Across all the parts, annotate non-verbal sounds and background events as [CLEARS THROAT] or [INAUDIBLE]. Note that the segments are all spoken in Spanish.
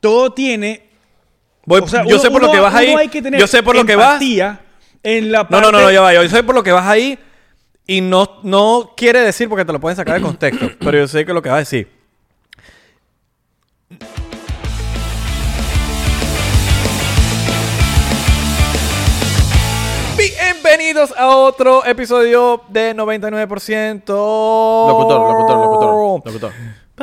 todo tiene. Voy- o sea, yo uno- sé por lo uno- que vas uno ahí. hay que tener yo sé por lo que vas. empatía En la No, no, no, parte- no, ya va. Yo sé por lo que vas ahí y no, no quiere decir porque te lo pueden sacar de contexto. [CLEARS THROAT] pero yo sé que lo que vas a decir. Bienvenidos a otro episodio de 99%. Locutor, locutor, Oh. locutor, locutor.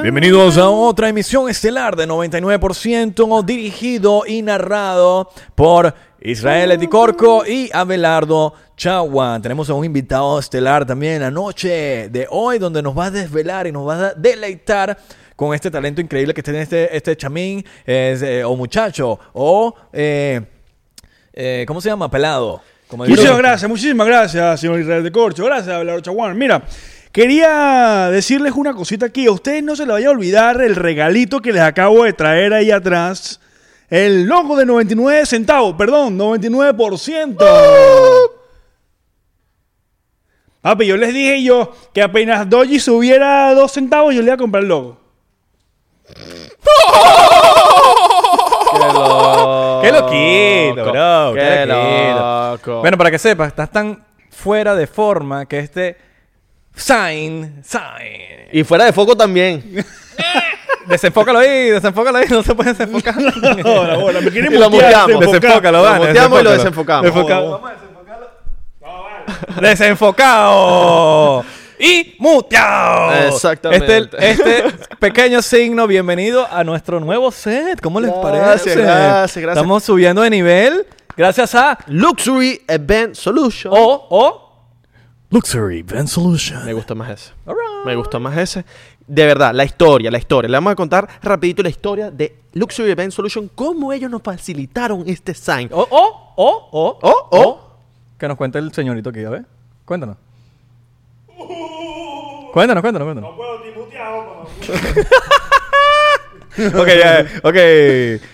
Bienvenidos a otra emisión estelar de 99% dirigido y narrado por Israel Eticorco y Abelardo Chagua. Tenemos a un invitado estelar también la noche de hoy donde nos va a desvelar y nos va a deleitar con este talento increíble que tiene este, este chamín es, eh, o muchacho o... eh, eh, ¿Cómo se llama? Pelado. Como digo- Muchísimas gracias, muchísimas gracias, señor Israel de Corcho. Gracias, Abelardo Chaguán. Mira, quería decirles una cosita aquí. A ustedes no se les vaya a olvidar el regalito que les acabo de traer ahí atrás. El logo de 99 centavos, perdón, 99%. Papi, yo les dije yo que apenas Doji subiera dos centavos, yo le iba a comprar el [LAUGHS] logo. ¡Qué loquito, bro! Oh. ¡Qué, Qué loquito! loco. Bueno, para que sepas, estás tan fuera de forma que este sign, sign. Y fuera de foco también. Desenfócalo ahí, desenfócalo ahí, no se puede [LAUGHS] desenfocar. Ahora, ahora, [LAUGHS] me quieren Y lo mutear, muteamos. desenfocar. desenfócalo, Lo Dani, muteamos y lo desenfócalo. desenfocamos. Desenfocado. [LAUGHS] Desenfocado. Y muteado. Exactamente. Este, este pequeño signo, bienvenido a nuestro nuevo set. ¿Cómo les Gracias, parece? gracias, gracias. Estamos subiendo de nivel gracias a Luxury Event Solution. O, O. Luxury Band Solution. Me gusta más ese. Me gusta más ese. De verdad, la historia, la historia. Le vamos a contar rapidito la historia de Luxury Event Solution, cómo ellos nos facilitaron este Oh, sign. O, O, O, O, O, O. Que nos cuente el señorito aquí, a ver. Cuéntanos. Cuéntanos, cuéntanos, cuéntanos. ok, ya, ok.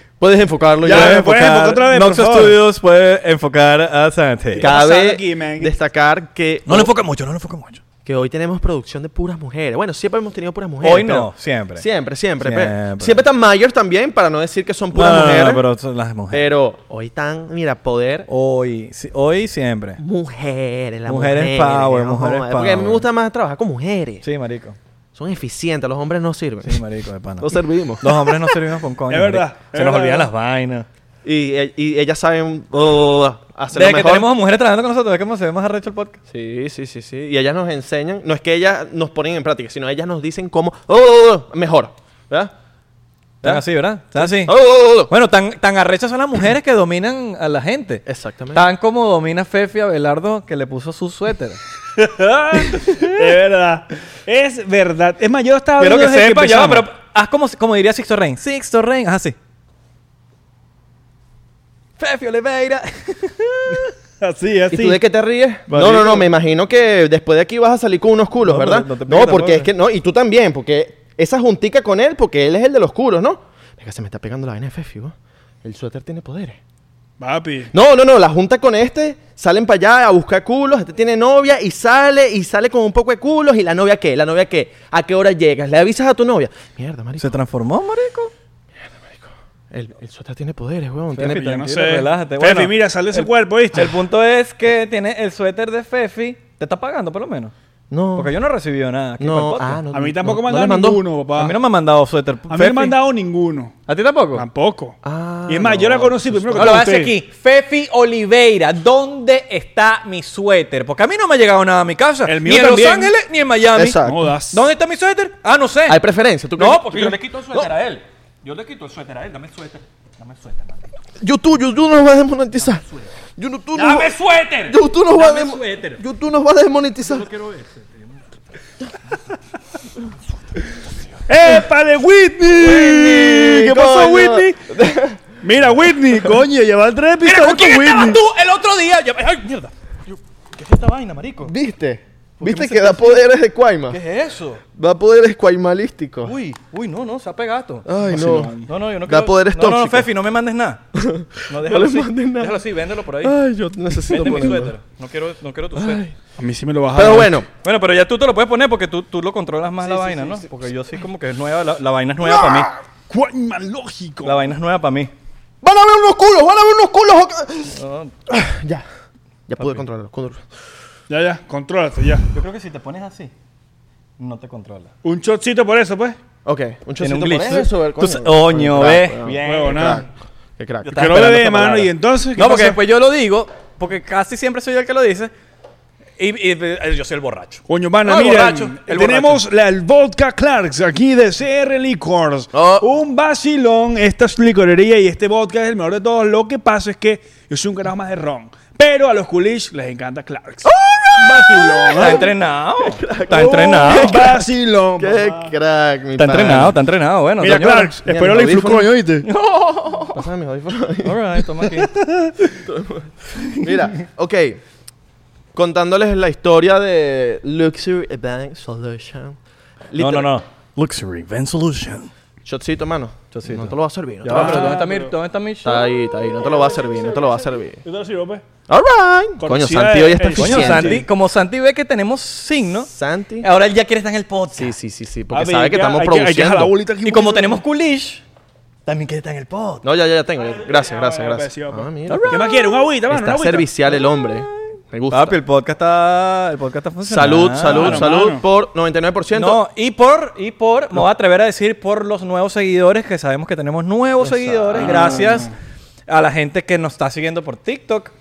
[LAUGHS] Puedes enfocarlo Ya, ya. puedes enfocar otra vez, Noxo por favor. Studios puede enfocar a Santi. Ca- Cabe pasando aquí, man? destacar que, No lo enfoca mucho, no lo enfoca mucho. que hoy tenemos producción de puras mujeres. Bueno, siempre hemos tenido puras mujeres. Hoy no, pero- siempre. Siempre, siempre. pero- Siempre. Siempre, están mayores también, para no decir que son puras No, no, no, mujeres. no, pero son las mujeres. pero... hoy están, mira, poder Hoy, sí, hoy siempre. mujeres. las Mujeres mujeres power, no mujeres jodas, Porque a mí me power. gusta más trabajar con mujeres. Sí, marico. Son eficientes, los hombres no sirven. Sí, marico, de pana. No servimos. Los hombres no servimos con coño. Es verdad, marico. es Se nos verdad. olvidan las vainas. Y, e- y ellas saben oh, hacer Desde lo que mejor. tenemos a mujeres trabajando con nosotros, ¿ves cómo se ve más arrecho el podcast? Sí, sí, sí, sí. Y ellas nos enseñan. No es que ellas nos ponen en práctica, sino ellas nos dicen cómo oh, mejor. ¿Verdad? Están ¿Ya? así, ¿verdad? Están así. Oh, oh, oh, oh. Bueno, tan, tan arrechas son las mujeres que dominan a la gente. Exactamente. Tan como domina Fefi Abelardo que le puso su suéter. [LAUGHS] es verdad. Es verdad. Es más, yo estaba [LAUGHS] Quiero que viendo desde sepa, ya, va, empezamos. pero haz como, como diría Sixto Rain. Sixto Rain, ajá, sí. Fefi Oliveira. [LAUGHS] Así, así. ¿Y tú de qué te ríes? Marico. No, no, no, me imagino que después de aquí vas a salir con unos culos, No, ¿verdad? no No, te pegues tampoco. porque es que no, y tú también, porque esa juntica con él, porque él es el de los culos, ¿no? Venga, se me está pegando la vaina de Fefi, ¿no? El suéter tiene poderes. Papi. No, no, no, la junta con este, salen para allá a buscar culos, este tiene novia y sale y sale con un poco de culos y la novia qué, la novia qué, a qué hora llegas, le avisas a tu novia. Mierda, [LAUGHS] marico. ¿Se transformó, marico? El, el suéter tiene poderes, weón. Fefi, tiene- Yo no Tranquilo, sé. relájate. Fefi, Bueno, mira, sale ese el- cuerpo, ¿viste? El punto es que tiene el suéter de Fefi. ¿Te está pagando, por lo menos? No. Porque yo no he recibido nada. aquí para el no, podcast. ah, no, a mí tampoco no- me no han le dado mandó. ninguno, papá. A mí no me han mandado suéter. A mí no Fefi. me han dado ninguno. ¿A ti tampoco? Tampoco. Ah, y es más, no. yo la conocí primero que Ahora todo va a decir usted. aquí, Fefi Oliveira, ¿dónde está mi suéter? Porque a mí no me ha llegado nada a mi casa. El mío ni en también. Los Ángeles, ni en Miami. Exacto. No das. ¿Dónde está mi suéter? Ah, no sé. Hay preferencia, ¿tú no, crees? porque yo le quito el suéter a él. Yo le quito el suéter a él. Dame el suéter. Dame el suéter, maldito. YouTube, YouTube nos va a desmonetizar. YouTube, tú nos- ¡Dame el suéter! YouTube nos va a Dame demo- suéter. YouTube nos va a desmonetizar. ¡Epa de Whitney! ¿Qué pasó, coño? Whitney? Mira, Whitney, coño, lleva tres Mira, episodios ¿con quién estabas Whitney. tú el otro día? Ya- ¡Ay, mierda! Yo, ¿Qué es esta vaina, marico? ¿Viste? ¿Viste que da poderes de cuaima? ¿Qué es eso? Da poderes cuaimalísticos. Uy, uy, no, no, se ha pegado. Ay, No, no. sí, No, no, yo no Da quiero- poderes no, no, no, tóxicos. Fefi, no me mandes [LAUGHS] nada. No, déjalo le así. mandes nada. Déjalo así, véndelo por ahí. Ay, yo necesito Vende mi ponerlo. suéter. Ah. No quiero, no quiero tu suéter. A mí sí me lo bajaron. Pero bueno, Bueno, pero ya tú te lo puedes poner porque tú, tú lo controlas más la vaina, ¿no? porque yo sí como que es nueva, la, la vaina es nueva para mí. cuán más lógico. La vaina es nueva para mí. ¡Van a ver unos culos! ¡Van a ver unos culos! ok. Ah, Ya. Ya pude controlarlo. control- Ya, ya, contrólate, ya. Yo creo que si te pones así, no te controla. Un shotcito por eso, pues. Ok, un Tiene chocito un por glitch. eso. el Tú coño. sa- Oño, Qué ves. crack, weón. Bien. Huevo, nada. Qué Yo crack. Que estaba no le esperando dé esta mano palabra. y entonces. ¿qué No, porque pasa? después yo lo digo, porque casi siempre soy yo el que lo dice, y, y, eh, yo soy el borracho. Coño, pana, Ah, el mira. borracho, el tenemos la el vodka Clarks aquí de CR Liquors. Oh. Un vacilón. Esta es licorería y este vodka es el mejor de todos. Lo que pasa es que yo soy un carajo más de ron. Pero a los coolish les encanta Clarks. Vacilón. Está entrenado. [LAUGHS] Está entrenado. [LAUGHS] Un Vacilón. Qué crack, mi Está pana. entrenado, está entrenado. Bueno, Mira, señora. Clarks, Mira, espero mi le influjo, coño, audífono. ¿viste? Pásame mis audífonos. All right, toma aquí. Mira, ok. Contándoles la historia de Luxury Event Solution. No, no, Literal- no. Luxury Vent Solution. Shotcito, mano. Shotcito. No te lo va a servir. No te Ya lo va va, a Ah, pero servir. ¿dónde está mi, dónde está mi Está show? ahí, está ahí. No te lo va a servir, no te lo va a servir. Yo te lo sirvo, pues. All right. Conocida Coño, Santi hoy está el- Coño, eficiente. Santi, Ah, como Santi ve que tenemos signo, Santi. ahora él ya quiere estar en el podcast. Sí, sí, sí, sí. Porque Ah, sabe que venga, hay estamos hay produciendo. dejar la bolita aquí un Y como poquito. tenemos Kulish, también quiere estar en el podcast. No, ya, ya, ya tengo. ya. Gracias, ya, gracias, bueno, gracias. pues, sí, Ah, pues. mira. ¿Qué más quiere? ¿Un agüita, mano? ¿Una Está agüita? servicial el hombre. Me gusta. Papi, el podcast está, el podcast está funcionando. Ah. Salud, salud, mano, salud mano. por 99%. No, y por, y por, me voy a atrever a decir por los nuevos seguidores, que sabemos que tenemos nuevos seguidores, gracias a la gente que nos está siguiendo por TikTok.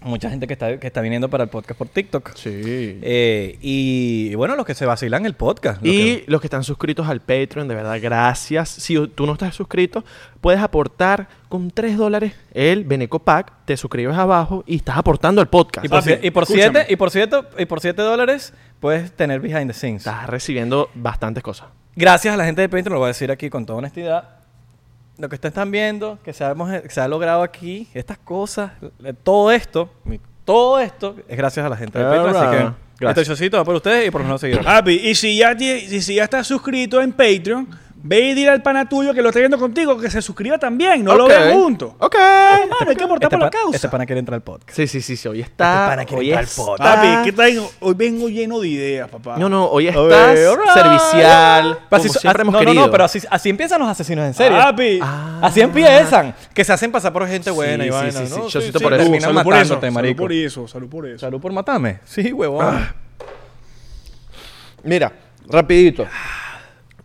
Mucha gente que está, que está viniendo para el podcast por TikTok. Sí. Eh, y, y bueno, los que se vacilan el podcast. lo Y que- los que están suscritos al Patreon, de verdad, gracias. Si tú no estás suscrito, puedes aportar con 3 dólares el Beneco Pack, te suscribes abajo y estás aportando al podcast. y por, Papi, si- y por escúchame. siete, y por siete, y por siete dólares puedes tener behind the scenes. Estás recibiendo bastantes cosas. Gracias a la gente de Patreon, lo voy a decir aquí con toda honestidad. Lo que ustedes están viendo, que se, hemos- que se ha logrado aquí, estas cosas, eh, todo esto, mi- todo esto es gracias a la gente de Patreon. Alright. Así que Gracias. este showcito va por ustedes y por los nuevos seguidores. Papi, y si ya, tie- y si ya estás suscrito en Patreon, ve y dile al pana tuyo que lo está viendo contigo, que se suscriba también, no lo Ok. vean juntos. Ok. Mano, hay que aportar por la pana- causa. este pana quiere entrar al podcast. Sí, sí, sí, sí. Hoy está. Este pana quiere hoy entrar al está- podcast. Papi, ¿qué tal? Hoy vengo lleno de ideas, papá. No, no, hoy A estás ver, alright. servicial. Pero Como así so- siempre as- hemos no, querido. No, no, pero así, así empiezan los asesinos, en serio. Papi. Ah. Así empiezan. Que se hacen pasar por gente buena y sí, vaina, sí, sí, ¿no? yo siento por eso. terminan salud por eso, matándote, salud marico. por eso, salud por eso. Salud por matarme. Sí, huevón. Ah. Mira, rapidito.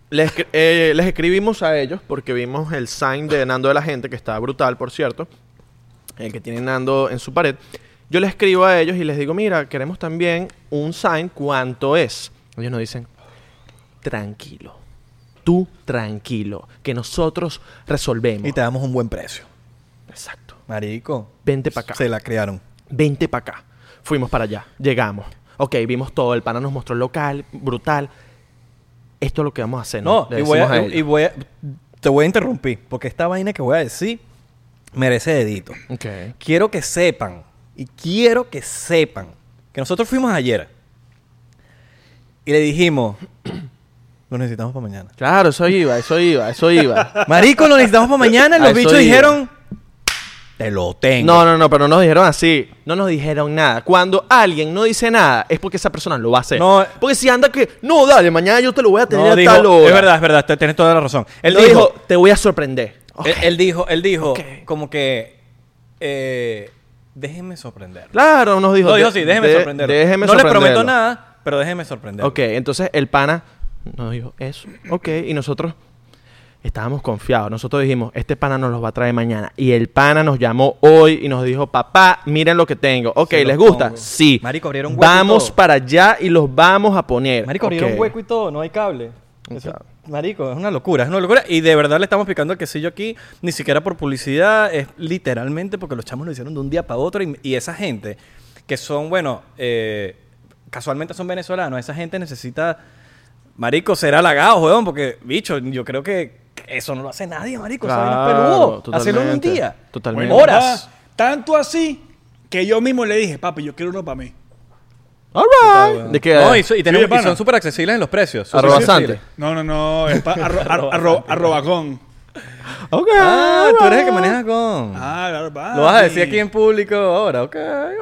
Les, escri- eh, les escribimos a ellos porque vimos el sign de Nando de la Gente, que está brutal, por cierto. El que tiene Nando en su pared. Yo les escribo a ellos y les digo, mira, queremos también un sign, ¿cuánto es? Ellos nos dicen, tranquilo. Tú tranquilo, que nosotros resolvemos. Y te damos un buen precio. Exacto. Marico. Vente para acá. Se la crearon. Vente para acá. Fuimos para allá. Llegamos. Ok, vimos todo. El pana nos mostró el local, brutal. Esto es lo que vamos a hacer. No, Le y voy, decimos a, ellos. y voy a- Te voy a interrumpir, porque esta vaina que voy a decir merece dedito. Ok. Quiero que sepan, y quiero que sepan, que nosotros fuimos ayer y le dijimos, [CLEARS THROAT] lo necesitamos para mañana. Claro, eso iba, eso iba, [LAUGHS] eso iba. Marico, lo necesitamos para mañana, y A los eso bichos iba. dijeron, te lo tengo. No, no, no, pero no nos dijeron así. No nos dijeron nada. Cuando alguien no dice nada, es porque esa persona lo va a hacer. No. eh. Porque si anda que, no, dale, mañana yo te lo voy a tener No, a dijo, tal hora". es verdad, es verdad, te- tienes toda la razón. Él No dijo, eh, te voy a sorprender. Ok. él, él dijo, él dijo, Ok. como que, eh, déjenme sorprender. Claro, nos dijo. No, dijo "De- así, déjeme de- sorprenderlo. déjeme no le prometo sorprenderlo". nada, pero déjeme sorprender. Ok, entonces el pana nos dijo eso. Ok, y nosotros estábamos confiados. Nosotros dijimos, este pana nos los va a traer mañana. Y el pana nos llamó hoy y nos dijo, papá, miren lo que tengo. Ok, Se los ¿les gusta? pongo. Sí. Marico, abrieron hueco y Vamos todo. para allá y los vamos a poner. Marico, abrieron Eh, Ok. hueco y todo, no hay cable. Eso- cable. marico, es una locura, es una locura. Y de verdad le estamos picando el quesillo aquí, ni siquiera por publicidad, es literalmente porque los chamos lo hicieron de un día para otro. Y, y esa gente, que son, bueno, eh, casualmente son venezolanos, esa gente necesita. Marico, ser halagado, weón, porque, bicho, yo creo que eso no lo hace nadie, marico. eso Claro, es peludo. Hacerlo en un totalmente, día. totalmente. Horas. papá, tanto así que yo mismo le dije, papi, yo quiero uno para mí. All Ah, right. weón. ¿De qué? No, y, so- y Sí, tenemos- de y pana. son súper accesibles en los precios. Súper Arroba accesibles. Sante. No, no, no, es pa- arro- arro- arro- arrobacón. Ok, Ah, all tú eres el right. que maneja con. Ah, claro, papi. Lo vas a decir aquí en público ahora, ok. all right.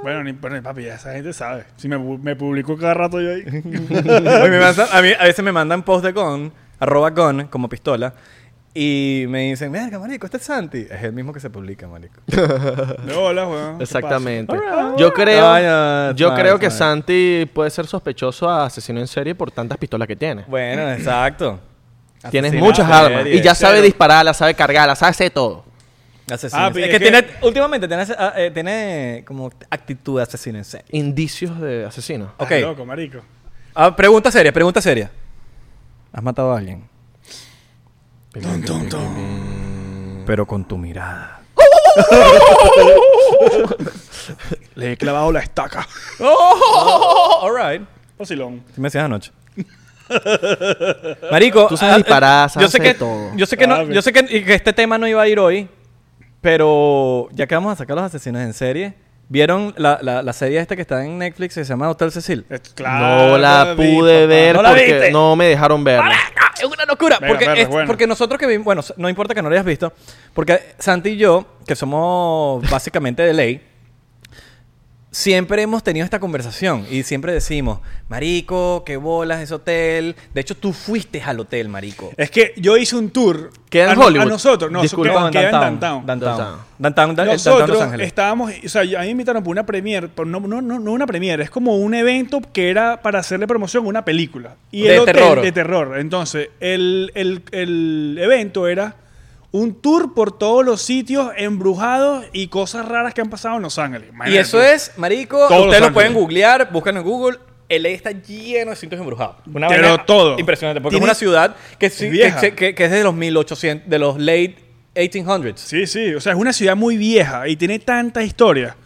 Bueno, ni- bueno, papi, ya esa gente sabe. Si me, pu- me publicó cada rato [LAUGHS] yo ahí. Oye, me mandan- a, mí, a veces me mandan post de con, arroba con, como pistola. Y me dicen, verga, marico, este es Santi. Es el mismo que se publica, marico. De hola, weón. ¿Qué Exactamente. pasa? All right. Yo creo, Ay, no, yo suave, creo que suave. Santi puede ser sospechoso a asesino en serie por tantas pistolas que tiene. Bueno, exacto. Tienes Asesino muchas en armas. serie. Y ya sabe Pero- dispararla, sabe cargarla, sabe hacer todo. Asesino. Ah, en pero serie. pues, es que, es que- tiene, últimamente tiene, ase- ah, eh, tiene como actitud de asesino en serie. Indicios de asesino. pasa? Ok. Estás loco, marico. Ah, pregunta seria, pregunta seria. ¿Has matado a alguien? Pero con tu mirada. Le he clavado la estaca. [LAUGHS] Oh, all right. Vacilón. Sí me hacías anoche. Marico, Tú sabes ah, disparar, eh, yo sabes sé hacer que todo. yo sé que no, Sabes. yo sé que, y que este tema no iba a ir hoy, pero ya que vamos a sacar los asesinos en serie, vieron la, la, la serie esta que está en Netflix que se llama Hotel Cecil. Es- No claro, vi, la pude papá. ver ¿No la viste? porque no me dejaron verla. ¡Ah! Es una locura. Verga, porque, verga, es- bueno. porque nosotros que vimos, bueno, no importa que no lo hayas visto, porque Santi y yo, que somos básicamente de ley, siempre hemos tenido esta conversación y siempre decimos, Marico, qué bolas ese hotel. De hecho, tú fuiste al hotel, Marico. Es que yo hice un tour. Queda en a, no- Hollywood. A nosotros, no, queda, Disculpa, queda en Downtown. Downtown. Downtown. Downtown, Downtown. da- el Downtown Los Nosotros Ángeles. estábamos, o sea, a mí me invitaron por una premiere, por no, no, no, no una premiere, es como un evento que era para hacerle promoción a una película. Y De el hotel- terror. De terror. Entonces, el, el- el evento era un tour por todos los sitios embrujados y cosas raras que han pasado en Los Ángeles. Y Imagínate eso tú. es, Marico, Todos Los ustedes lo Ángeles. pueden googlear, buscan en Google. LA está lleno de sitios embrujados. Una Pero vaina todo. Impresionante, porque Tiene- es una ciudad que, sí- es vieja. que, que- que es de los 1800, de los late 1800s. Sí, sí. O sea, es una ciudad muy vieja y tiene tanta historia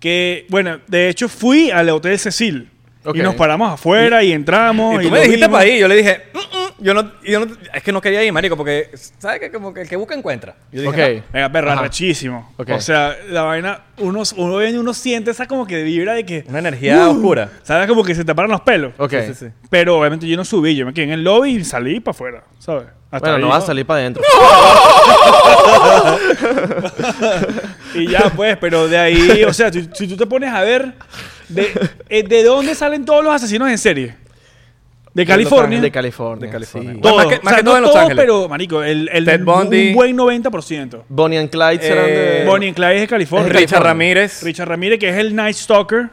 que, bueno, de hecho fui al Hotel Cecil. Ok. Y nos paramos afuera y, entramos. Y tú lo me dijiste vimos. para ahí, yo le dije, "Mm, mm", yo, no, yo no- es que no quería ir, marico, porque, ¿sabes que Como que el que busca encuentra. Yo dije, Ok. "No". Venga, perra, Ajá. rechísimo. Ok. O sea, la vaina, uno, uno, ve y uno siente esa como que vibra de que. ¡Uh! Una energía oscura. ¿Sabes? Como que se te paran los pelos. Ok. Sí, sí, sí. Pero obviamente yo no subí, yo me quedé en el lobby y salí para afuera, ¿sabes? Hasta Bueno, ahí, no vas a salir para adentro. Y ya, pues, pero de ahí, o sea, si, si tú te pones a ver, de, eh, ¿de dónde salen todos los asesinos en serie? ¿De California? De California. De California. sí. Todos. Más que- más O sea, que no todo en Los todos, Ángeles. pero, marico, el, el- Ted Bundy. un buen 90%. Bonnie and Clyde serán Eh, de... Bonnie and Clyde es de California. Richard Ramírez. Richard Ramírez, que es el Night Stalker.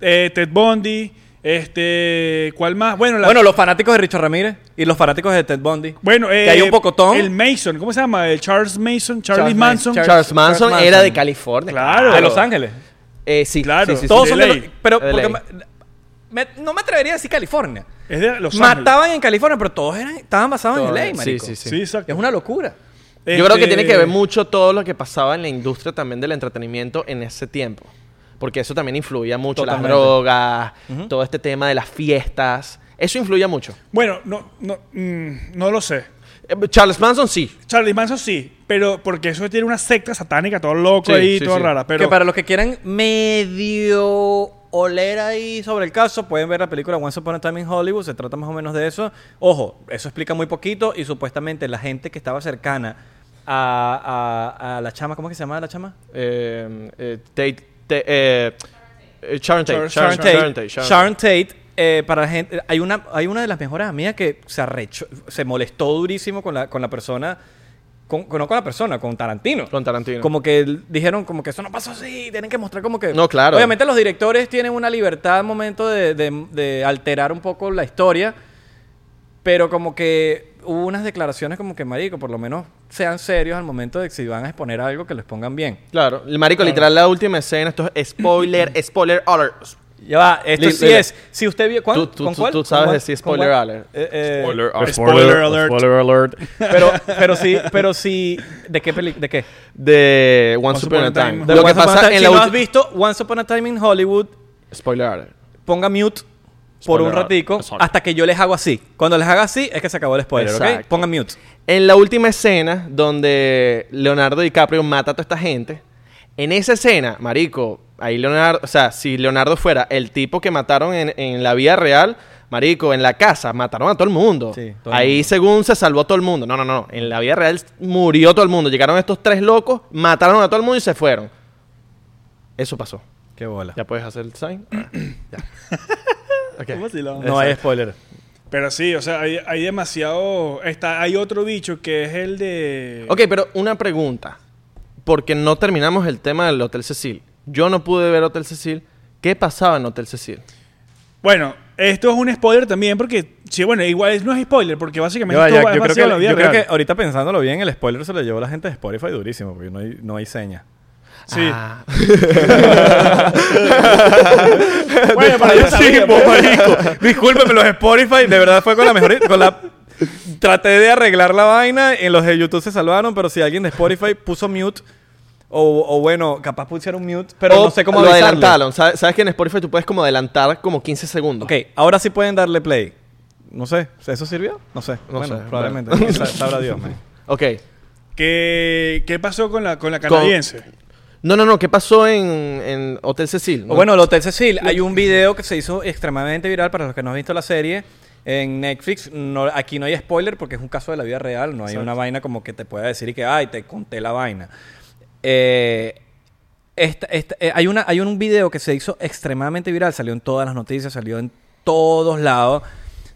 eh, Ted Bundy. Este. ¿Cuál más? Bueno, la- Bueno, los fanáticos de Richard Ramírez y los fanáticos de Ted Bundy. bueno que eh, hay un pocotón. El Mason. ¿Cómo se llama? El Charles Mason. Charles Charles Manson. Manson, Charles Manson Charles era Manson. de California. Ah, Claro. de Los Ángeles. Eh, sí, Claro. sí, sí, sí. Todos son de LA. los, Pero De porque LA. me- me- no me atrevería a decir California. es de Los Ángeles. Mataban en California, pero todos eran, estaban basados Todos- en sí, LA, marico. sí, sí. Sí, exacto. Es una locura. Yo creo que Este, tiene que ver mucho todo lo que pasaba en la industria también del entretenimiento en ese tiempo. Porque eso también influía mucho. Totalmente. Las drogas, todo este tema de las fiestas. Eso influía mucho. Bueno, no, no, mm, no lo sé. Eh, Charles Manson sí. Charles Manson sí, pero porque eso tiene una secta satánica, todo loco Sí, ahí, sí, todo sí. rara. Pero que para los que quieran medio oler ahí sobre el caso, pueden ver la película Once Upon a Time in Hollywood, se trata más o menos de eso. Ojo, eso explica muy poquito y supuestamente la gente que estaba cercana a, a- a la chama, ¿cómo es que se llama la chama? Eh, eh, Tate- Tate- eh, eh, Sharon Tate. Sharon- Sharon Tate. Sharon Tate. Sharon Tate, eh, para la gente, hay una, hay una de las mejores amigas que se arrechó, se molestó durísimo con la, con la persona, con, con- no con la persona, con Tarantino. Con Tarantino. Como que l- dijeron como que eso no pasó así, tienen que mostrar como que... No, claro. Obviamente los directores tienen una libertad al momento de, de- de alterar un poco la historia, pero como que hubo unas declaraciones como que, marico, por lo menos sean serios al momento de que si van a exponer algo que lo expongan bien. Claro. El marico, literal, la última escena. Esto es spoiler, spoiler alert. Ya va, esto Li- sí li- es. Si usted vio. ¿cuál? Tú- tú- ¿Con tú- cuál? tú ¿Con sabes cuál? decir ¿Con spoiler cuál? alert. Eh, eh, Spoiler alert. Spoiler alert. Pero, pero sí, pero sí. ¿De qué peli? ¿De qué? De Once, Upon a Time. De De Lo que Once Upon a pasa Time. en si la no has ulti- visto Once Upon a Time in Hollywood, Spoiler alert. ponga mute por Spoiler un alert. ratico Sorry. hasta que yo les hago así. Cuando les haga así es que se acabó el spoiler, ¿ok? Exacto. Ponga mute. En la última escena donde Leonardo DiCaprio mata a toda esta gente, en esa escena, marico, ahí Leonardo, o sea, si Leonardo fuera el tipo que mataron en, en la vida real, marico, en la casa mataron a todo el mundo. Sí, todo el ahí mundo. según se salvó todo el mundo. No, no, no, en la vida real murió todo el mundo. Llegaron estos tres locos, mataron a todo el mundo y se fueron. Eso pasó. Qué bola. Ya puedes hacer el sign. Ah, ya. Ok. ¿Cómo si lo- No hay spoiler. Pero sí, o sea, hay, hay demasiado. Está, hay otro dicho que es el de. Ok, pero una pregunta. Porque no terminamos el tema del Hotel Cecil. Yo no pude ver Hotel Cecil. ¿Qué pasaba en Hotel Cecil? Bueno, esto es un spoiler también, porque. Sí, bueno, igual no es spoiler, porque básicamente Yo, esto ya- va yo creo demasiado a la que, vida yo creo real. que oh, ahorita pensándolo bien, el spoiler se lo llevó la gente de Spotify durísimo, porque no hay, no hay seña. Sí. Ah. [LAUGHS] Bueno, pero yo sabía, Durísimo, pues. marico. Discúlpeme, los Spotify de verdad fue con la mejor... Con la, traté de arreglar la vaina, en los de YouTube se salvaron, pero si alguien de Spotify puso mute, o, o bueno, capaz pusieron mute, pero O no sé cómo lo avisarle. adelantaron. Sa- ¿Sabes que en Spotify tú puedes como adelantar como 15 segundos? Ok, ahora sí pueden darle play. No sé, ¿eso sirvió? No sé. No bueno, sé, probablemente. bueno. Sa- Sabrá Dios, [LAUGHS] man. Ok. ¿Qué, qué pasó con la, con la canadiense? No, no, no. ¿Qué pasó en, en Hotel Cecil? O bueno, el Hotel Cecil. Hay un video que se hizo extremadamente viral para los que no han visto la serie en Netflix. No, aquí no hay spoiler porque es un caso de la vida real. No hay una vaina como que te pueda decir y que, ay, te conté la vaina. Eh, esta- esta- eh, hay, una, hay un video que se hizo extremadamente viral. Salió en todas las noticias, salió en todos lados.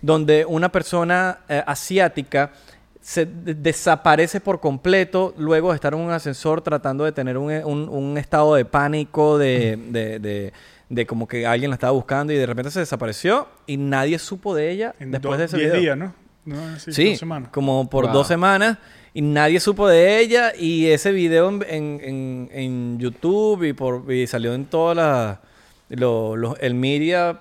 Donde una persona eh, asiática se de- desaparece por completo luego de estar en un ascensor tratando de tener un, eh, un- un estado de pánico, de, de- de- de como que alguien la estaba buscando y de repente se desapareció y nadie supo de ella En después dos- de ese diez video. días, ¿no? No, sí, Sí, dos semanas. como por Wow. dos semanas y nadie supo de ella y ese video en, en- en- en YouTube y, por, y salió en todas las... lo- los- el media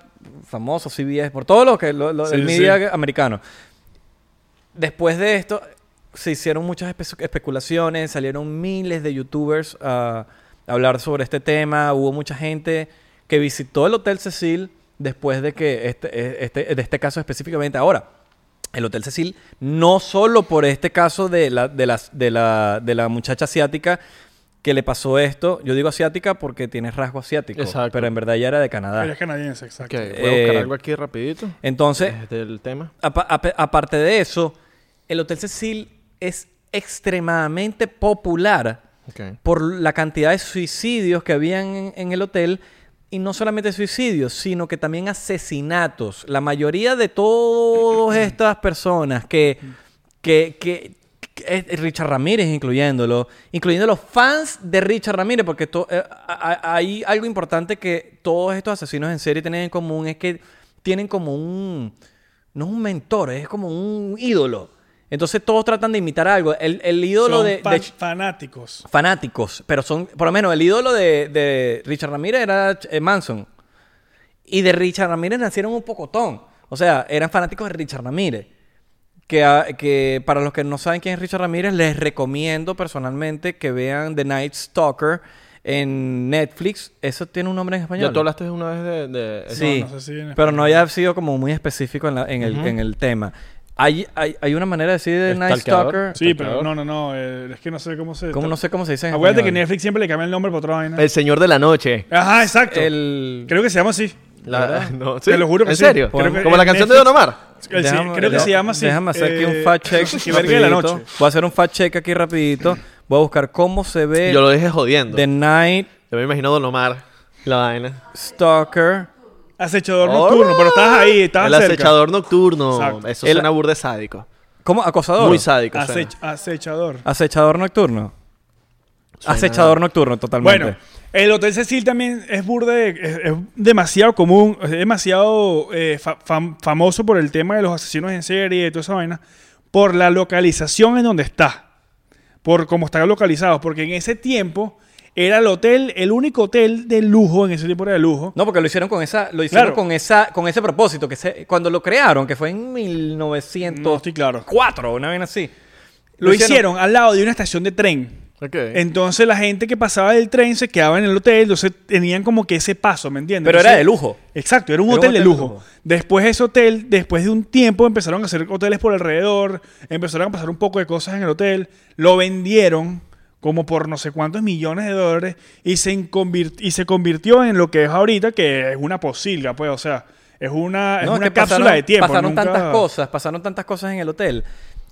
famoso, CBS, por todo lo que... lo- lo- Sí, el sí, media sí. americano. Después de esto se hicieron muchas espe- especulaciones, salieron miles de youtubers a hablar sobre este tema, hubo mucha gente que visitó el Hotel Cecil después de que este, este- de este caso específicamente ahora. El Hotel Cecil, no solo por este caso de la, de las- de la, de la muchacha asiática que le pasó esto, yo digo asiática porque tiene rasgo asiático, Exacto. pero en verdad ella era de Canadá. Ella es canadiense, exacto. Ok, voy a buscar Eh, algo aquí rapidito. Entonces, eh, Del tema. Apa- ape- aparte de eso, el Hotel Cecil es extremadamente popular Ok. por la cantidad de suicidios que habían en, en el hotel. Y no solamente suicidios, sino que también asesinatos. La mayoría de todas estas personas que, que, que- que- eh, Richard Ramírez incluyéndolo, incluyendo los fans de Richard Ramírez, porque to- eh, a- a- hay algo importante que todos estos asesinos en serie tienen en común, es que tienen como un... No es un mentor, es como un ídolo. Entonces todos tratan de imitar algo. El, el ídolo Son de- fan- de fanáticos. fanáticos, pero son, por lo menos, el ídolo de, de Richard Ramírez era eh, Manson. Y de Richard Ramírez nacieron un pocotón. O sea, eran fanáticos de Richard Ramírez. Que, ah, que para los que no saben quién es Richard Ramírez, les recomiendo personalmente que vean The Night Stalker en Netflix. Eso tiene un nombre en español. Ya tú hablaste una vez de... de- Sí, No, no sé si en pero no haya sido como muy específico en, la- en el, en el tema. Hay, hay, hay una manera de decir The Night Stalkeador. Stalker. Sí, Por pero favor. no, no, no. eh, es que no sé cómo se. Como no sé cómo se dice en Acuérdate que español. Netflix siempre le cambia el nombre por otra vaina. El Señor de la Noche. Ajá, exacto. El- Creo que se llama así. La verdad, [LAUGHS] no. Te lo juro que ¿En sí. serio? Creo que Como la en canción de Netflix- Don Omar. El- Eh, sí, Déjame- creo que de- se llama así. Déjame hacer aquí Eh, un fact [LAUGHS] check. que verga de la rapidito. noche. Voy a hacer un fact check aquí rapidito. Voy a buscar cómo se ve Yo lo dejé jodiendo. The Yo Night me imagino Don Omar. La vaina. Stalker. Acechador Alright. Oh. nocturno, pero estabas ahí, estabas El cerca. acechador nocturno. Exacto. Eso El- Oh, suena burde sádico. ¿Cómo? Acosador. Muy sádico. suena. Acech- acechador. Acechador nocturno. Suena- Acechador nocturno, totalmente. Bueno, el Hotel Cecil también es burde, es, es demasiado común, es demasiado eh, fa- fam- famoso por el tema de los asesinos en serie y de toda esa vaina, por la localización en donde está, por cómo está localizado, porque en ese tiempo era el hotel, el único hotel de lujo, en ese tiempo era de lujo, No, porque lo hicieron con esa, lo hicieron Claro. con esa, con ese propósito que se, cuando lo crearon, que fue en No estoy 1904, claro. una vez así. Lo hicieron al lado de una estación de tren. Ok. Entonces la gente que pasaba del tren se quedaba en el hotel, entonces tenían como que ese paso, ¿me entiendes? Pero era Entonces- de lujo. Exacto, era un Era un hotel, de hotel de lujo. lujo. Después ese hotel, después de un tiempo empezaron a hacer hoteles por alrededor, empezaron a pasar un poco de cosas en el hotel, lo vendieron como por no sé cuántos millones de dólares y se, inconvir- y se convirtió en lo que es ahorita, que es una posilga, pues, o sea, es una, Ah, es No, es una que cápsula pasaron, de tiempo. Pasaron nunca- tantas cosas, pasaron tantas cosas en el hotel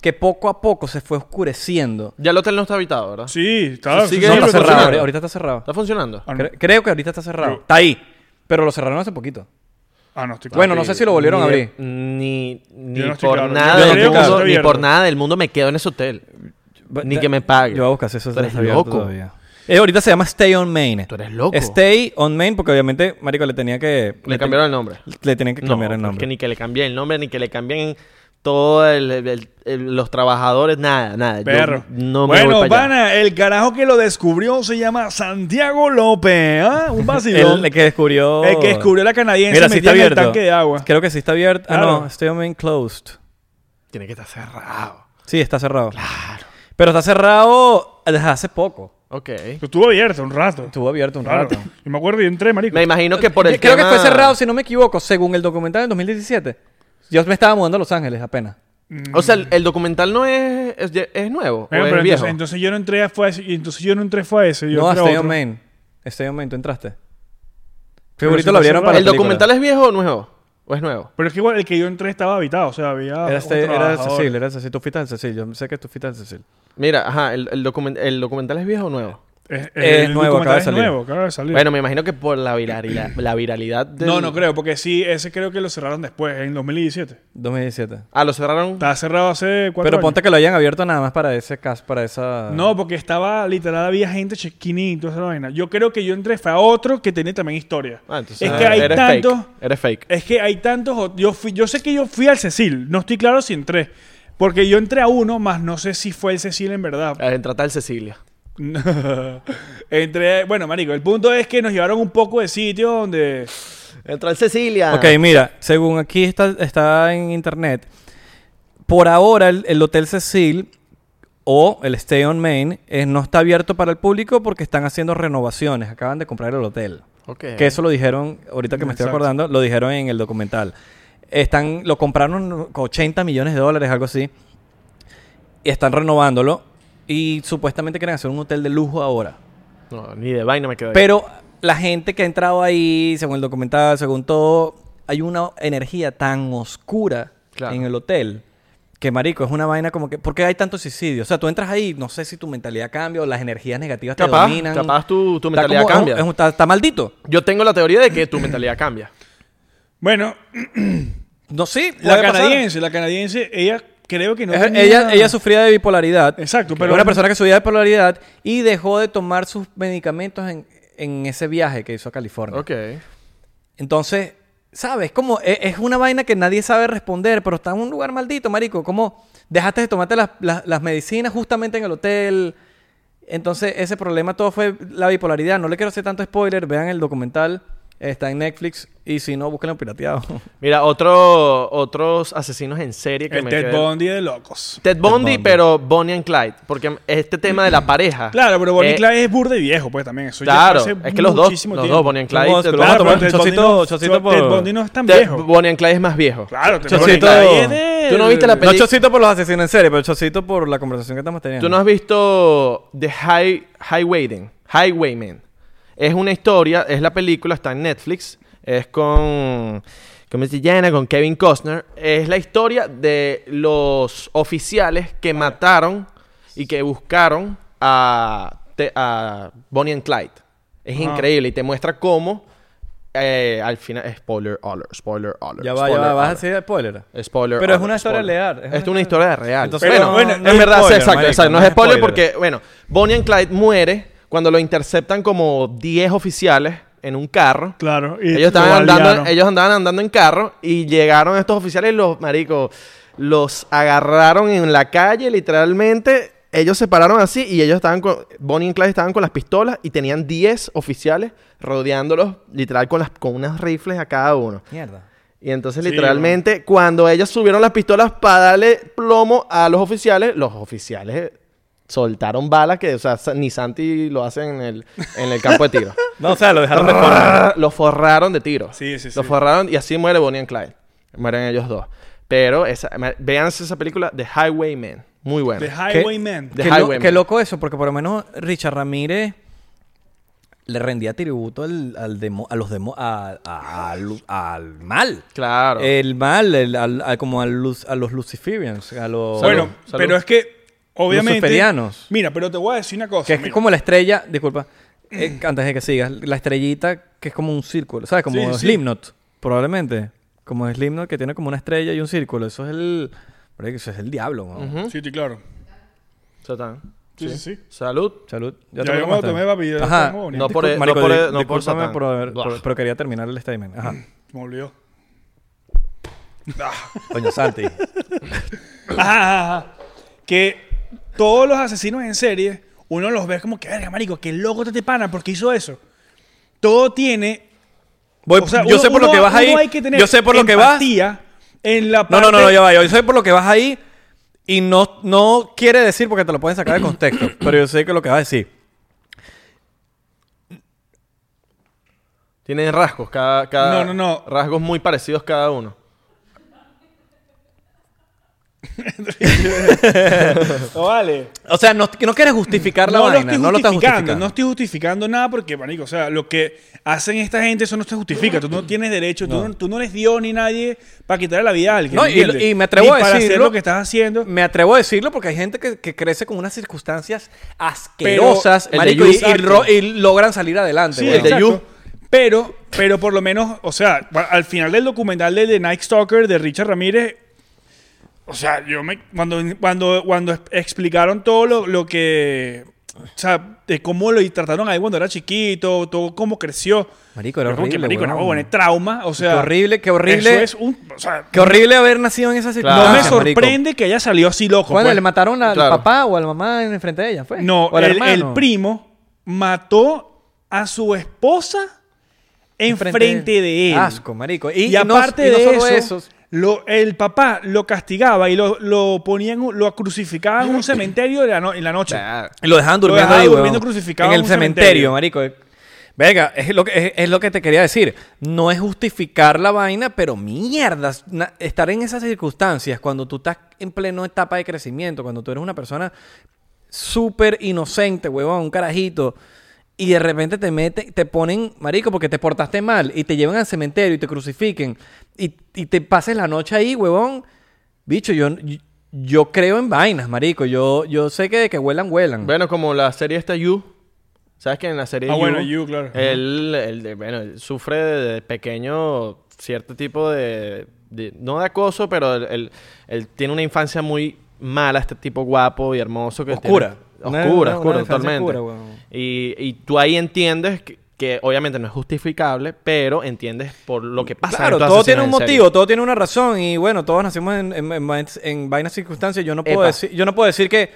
que poco a poco se fue oscureciendo. Ya el hotel no está habitado, ¿verdad? Sí, claro. Sí, sí, sí, que- no, pero está cerrado. funcionaron. ahori- Ahorita está cerrado. ¿Está funcionando? Ah, no. Cre- creo que ahorita está cerrado. Yo- Está ahí. Pero lo cerraron hace poquito. Ah, no, estoy claro. Bueno, no sé si lo volvieron Ni a de- abrir. Ni, ni Yo no estoy por claro. nada Yo no del creo que mundo- está ni abierto. por nada del mundo me quedo en ese hotel. Ni que me pague. Yo voy a buscar si eso Tú eres está abierto loco. todavía. Eh, ahorita se llama Stay on Main. Tú eres loco. Stay on Main porque obviamente, marico, le tenía que... Le cambiaron el nombre. Le tenían que cambiar el no, nombre. Que ni que le cambien el nombre, ni que le cambien todo el, el- el- los trabajadores, nada, nada. Yo Perro. no me bueno, voy para allá. pana, el carajo que lo descubrió se llama Santiago López. ¿ah? Un vacilón. El, el que descubrió... El que descubrió la canadiense Mira, sí metida en está el abierto. tanque de agua. Creo que sí está abierto. Ah, Claro. no. Stay on Main closed. Tiene que estar cerrado. Sí, está cerrado. Claro. Pero está cerrado desde hace poco. Ok. Estuvo abierto un rato. Estuvo abierto un Claro. rato. Yo me acuerdo y entré, marico. Mm. Me imagino que por el Creo que tema- fue cerrado, si no me equivoco, según el documental del 2017. Yo me estaba mudando a Los Ángeles apenas. O sea, el, el documental no es, es, es nuevo. Mm. Bueno, o pero es viejo. entonces, entonces yo no entré a fue a ese, y entonces yo no entré fue a ese. Yo no, a entré a Stay on otro. Main. Stay on Main, tú entraste. Pero Figurito si lo está abrieron cerrado. para la ¿El película. documental es viejo o nuevo? ¿O es nuevo? Pero es que igual el que yo entré estaba habitado, o sea, había. Era, un este, era el trabajador. Cecil, era el Cecil. Tú fuiste al Cecil. Yo sé que tú fuiste al Cecil. Mira, ajá, el, el, documen- el documental es viejo o nuevo. Es, es- Es el nuevo, acaba documental de es salir. nuevo, acaba de salir. Bueno, me imagino que por la viralidad, [CLEARS THROAT] la viralidad del- no, no creo, porque sí, ese creo que lo cerraron después, en 2017. 2017. Ah, lo cerraron. Estaba cerrado hace cuatro Pero años. ponte que lo hayan abierto nada más para ese caso, para esa... No, porque estaba literal, había gente check-in y toda esa vaina. Yo creo que yo entré fue a otro que tenía también historia. Ah, entonces, es ah, que hay eres tantos. fake. Eres fake. Es que hay tantos. ot- Yo, fui, yo sé que yo fui al Cecil, no estoy claro si entré. Porque yo entré a uno, más no sé si fue el Cecil en verdad. [LAUGHS] Ah, Entrata al Cecilia. Entre, bueno, marico, el punto es que nos llevaron un poco de sitio donde Entra al Cecilia. Ok, mira, según aquí está, está en internet, por ahora el, el Hotel Cecil o el Stay on Main eh, no está abierto para el público porque están haciendo renovaciones, acaban de comprar el hotel. Ok. Que eso lo dijeron, ahorita que me estoy Exacto. acordando, lo dijeron en el documental. Están, lo compraron con 80 millones de dólares, algo así, y están renovándolo y supuestamente quieren hacer un hotel de lujo ahora. No, ni de vaina me quedo ahí. Pero la gente que ha entrado ahí, según el documental, según todo, hay una energía tan oscura Claro. en el hotel. Que marico, es una vaina como que. ¿Por qué hay tantos suicidios? O sea, tú entras ahí, no sé si tu mentalidad cambia o las energías negativas Capaz, te dominan. capaz tu- tu Está mentalidad como- es un- cambia. es un- está, está maldito. Yo tengo la teoría de que tu mentalidad cambia. Bueno, No, sí. la puede pasar. canadiense, la canadiense, ella creo que no Es- tenía- ella, ella sufría de bipolaridad. Exacto, Pero pero era una persona que sufría de bipolaridad y dejó de tomar sus medicamentos en, en ese viaje que hizo a California. Ok. Entonces, ¿sabes? Como e- es una vaina que nadie sabe responder, pero está en un lugar maldito, marico. Como dejaste de tomarte las, las- las medicinas justamente en el hotel. Entonces, ese problema todo fue la bipolaridad. No le quiero hacer tanto spoiler. Vean el documental. Está en Netflix. Y si no, búsquenlo pirateado. [LAUGHS] Mira, otro, otros asesinos en serie que el me Ted quedé- Bundy de locos. Ted Bundy, Bundy. pero Bonnie and Clyde. Porque este tema de la pareja. Claro, pero Bonnie eh, Clyde es burde viejo, pues también. Eso ya Claro, hace es que los dos, los muchísimo tiempo. dos, Bonnie and Clyde. Vamos, Ted que lo Bundy- Claro, vamos a tomar pero un Ted Bundy chocito- no- chocito Ted por- Bundy no es tan Ted- viejo. Bonnie and Clyde es más viejo. Claro, Ted Bundy Chocito- Clyde es de- Tú no viste la no peli- chocito por los asesinos en serie, pero chocito por la conversación que estamos teniendo. Tú no has visto The High, Highwayden, Highwayman. Es una historia, es la película, está en Netflix. Es con. ¿Cómo se llama? Con Kevin Costner. Es la historia de los oficiales que mataron y que buscaron a, te- a Bonnie and Clyde. Es Ajá. increíble y te muestra cómo. eh, al final. Spoiler alert, spoiler alert. Ya va, ya spoiler va. Vas a alert. hacer spoiler. Spoiler. Pero es alert, una historia spoiler. real, es Esto es una una historia real. Entonces, Pero, no- bueno, no en es verdad, spoiler, exacto, marico, exacto. No no es es spoiler spoiler. porque, bueno, Bonnie and Clyde muere cuando lo interceptan como 10 oficiales en un carro. Claro. y Ellos, estaban lo andando, balearon. ellos andaban andando en carro y llegaron estos oficiales y los maricos los agarraron en la calle, literalmente. Ellos se pararon así y ellos estaban con. Bonnie y Clyde estaban con las pistolas y tenían 10 oficiales rodeándolos, literal, con, las, con unas rifles a cada uno. Mierda. Y entonces, Sí, literalmente, cuando ellos subieron las pistolas para darle plomo a los oficiales, los oficiales soltaron balas que, o sea, sa- ni Santi lo hace en el, en el campo de [LAUGHS] tiro. No, o sea, lo dejaron de forma. lo forraron de tiro. Sí, sí, sí. Lo forraron y así muere Bonnie and Clyde. Mueren ellos dos. Pero, esa, ma- véanse esa película, The Highwaymen. Muy buena. The Highwayman. The Qué, lo- Highwayman. qué loco eso, porque por lo menos Richard Ramírez le rendía tributo al, al demo- a los demo, a- a- al, al mal. Claro. eh, El mal, el- al- al- como a, luz, a los Luciferians, a los... Bueno, salud. pero es que, obviamente. Luciferianos. Mira, pero te voy a decir una cosa. que es mira. como la estrella, [CLEARS THROAT] disculpa, eh, antes de que sigas, la estrellita que es como un círculo, ¿sabes? Como Sí, sí. Slipknot. Probablemente. Como Slipknot que tiene como una estrella y un círculo. Eso es el... marico, Eso es el diablo, weón. Ujú. Sí, sí, claro. Satán. Sí, sí, sí. Salud. Salud. Ya yo me lo tomé, papi, ya Ajá. estamos No bonitos. por, No por- marico, no por- e- di- no por discúlpame Satán. por haber- por- Buah. pero quería terminar el [LAUGHS] statement. Ajá. Me olvidó. Coño, Santi. Ajá, ajá, ajá. Que todos los asesinos en serie, uno los ve como que, verga, marico, qué loco te pana, porque hizo eso. Todo tiene. Voy- o sea, yo uno- sé por lo uno- que vas uno ahí. hay que tener Yo sé por lo que vas. empatía En la No, no, no, parte- no, ya va. Yo sé por lo que vas ahí y no, no quiere decir porque te lo pueden sacar [CLEARS THROAT] de contexto. pero yo sé que lo que vas a decir. Tienen rasgos cada, cada- No, no, no. Rasgos muy parecidos cada uno. No, vale. O sea, no, que no quieres justificar la no lo vaina. estoy no lo estás justificando, justificando. no estoy justificando nada porque, marico, o sea, lo que hacen esta gente, eso no se justifica. Tú no tienes derecho, Tú, no, tú no eres Dios ni nadie para quitarle la vida a alguien. No, ¿me y- entiendes? y me atrevo Ni a para hacer decirlo. lo que estás haciendo. Me atrevo a decirlo porque hay gente que, que crece con unas circunstancias asquerosas el de marico, Yu- y, y ro- y logran salir adelante. Sí, weón. el de exacto. You. Pero, pero por lo menos, o sea, pa- al final del documental de The Night Stalker de Richard Ramírez, o sea, yo me. Cuando, cuando, cuando es- explicaron todo lo, lo que. O sea, de cómo lo trataron ahí cuando era chiquito, todo cómo creció. Marico, era Yo como que, horrible, marico, era weón. huevón, es trauma. O sea, Qué horrible, qué Eso horrible. es un. O sea, Qué horrible haber nacido en esas Claro. no me circunstancias. marico. sorprende que haya salido así loco. Bueno, pues. le mataron al Claro. papá o a la mamá en frente de ella, ¿fue? No, pues? O al el, hermano. el primo mató a su esposa enfrente, de él. Asco, marico. Y, Y, y no- aparte y no de solo eso, esos. lo- el papá lo castigaba y lo, lo ponían, lo crucificaba en un cementerio de la no- en la noche. Nah. Y lo dejaban durmiendo dejaban ahí, weón. durmiendo crucificado En el en un cementerio, cementerio. marico. Venga, es lo, que, es, es lo que te quería decir. No es justificar la vaina, pero mierdas. na- estar en esas circunstancias cuando tú estás en pleno etapa de crecimiento, cuando tú eres una persona súper inocente, huevón, un carajito. Y de repente te meten, te ponen, marico, porque te portaste mal y te llevan al cementerio y te crucifiquen y, y te pases la noche ahí, huevón. Bicho, yo, yo creo en vainas, marico. Yo, yo sé que de que huelan, huelan. Bueno, como la serie esta You. ¿Sabes que en la serie Ah, You, bueno, You, claro. Él, él de- bueno, él sufre de, de pequeño cierto tipo de, de- No de acoso, pero él, él- él tiene una infancia muy mala, este tipo guapo y hermoso. Que Oscura. tiene- Una- oscura, una- oscura, una infancia totalmente. oscura, weón. y, y tú ahí entiendes que, que obviamente no es justificable, pero entiendes por lo que pasa. Claro, en tu todo asesino tiene un en serie. motivo, todo tiene una razón y bueno, todos nacimos en, en- en vain- en vainas circunstancias. Yo no puedo Epa. decir, yo no puedo decir que.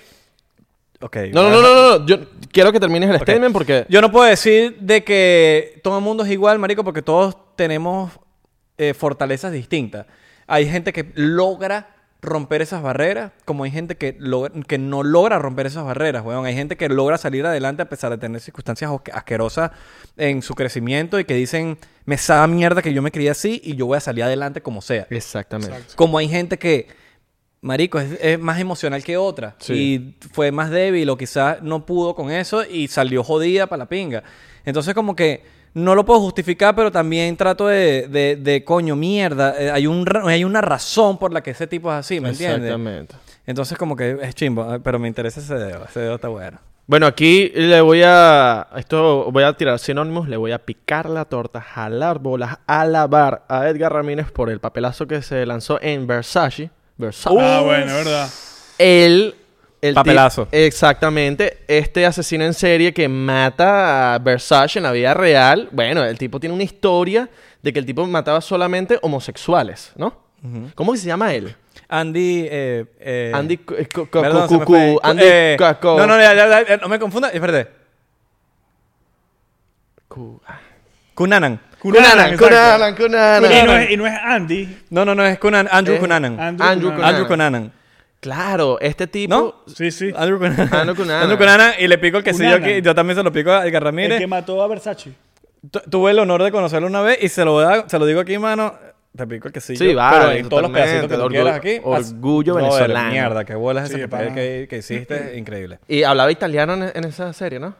Ok. No, no, no, no, no. Yo quiero que termines el Ok. statement porque... Yo no puedo decir de que todo el mundo es igual, marico, porque todos tenemos eh, fortalezas distintas. Hay gente que logra romper esas barreras, como hay gente que, logra- que no logra romper esas barreras, weón. Hay gente que logra salir adelante a pesar de tener circunstancias osque- asquerosas en su crecimiento y que dicen, me sabe a mierda que yo me crié así y yo voy a salir adelante como sea. Exactamente. Como hay gente que, marico, es, es más emocional que otra. Sí. Y fue más débil o quizás no pudo con eso y salió jodida para la pinga. Entonces como que no lo puedo justificar, pero también trato de, de- de, coño, mierda. eh, hay, un, ra- hay una razón por la que ese tipo es así, ¿me entiendes? Exactamente. Entonces como que es chimbo, ah, pero me interesa ese dedo. Ese dedo está bueno. Bueno, aquí le voy a. Esto voy a tirar sinónimos. Le voy a picar la torta, jalar bolas, alabar a Edgar Ramírez por el papelazo que se lanzó en Versace. Versace. Ah, bueno, verdad. El. el Papelazo. tip- exactamente. Este asesino en serie que mata a Versace en la vida real. Bueno, el tipo tiene una historia de que el tipo mataba solamente homosexuales, ¿no? ¿Cómo que se llama él? Andy... eh, eh, Andy Cu- eh, Cu- Cu- Perdón, Cu- se me Cu- fue. Cu- Andy Eh, Caco. No, no, ya, ya, ya, no me confunda. Espérate. Cu- Cunanan. Cunanan, exacto. Cunanan, Cunanan. Y no, es, y no es Andy. No, no, no, es Conan, Andrew Eh, Cunanan. Andrew, Andrew Cunanan. Andrew Cunanan. Claro, este tipo. ¿No? Sí, sí. Andrew Cunanan. Andrew Cunanan. Andrew Cunanan, Y le pico el quesillo Cunanan. aquí. Yo también se lo pico a Edgar El Ramírez. que mató a Versace. Tu- Tuve el honor de conocerlo una vez y se lo, voy a- se lo digo aquí, mano. Te pico el quesillo. Sí, vale, Pero en todos los totalmente. pedacitos que tú Orgullo- quieras aquí. haz- orgullo Brother, venezolano. Mierda, qué bolas ese Sí, papel pana. que, [LAUGHS] que hiciste. increíble. Y hablaba italiano en, en esa serie, ¿no?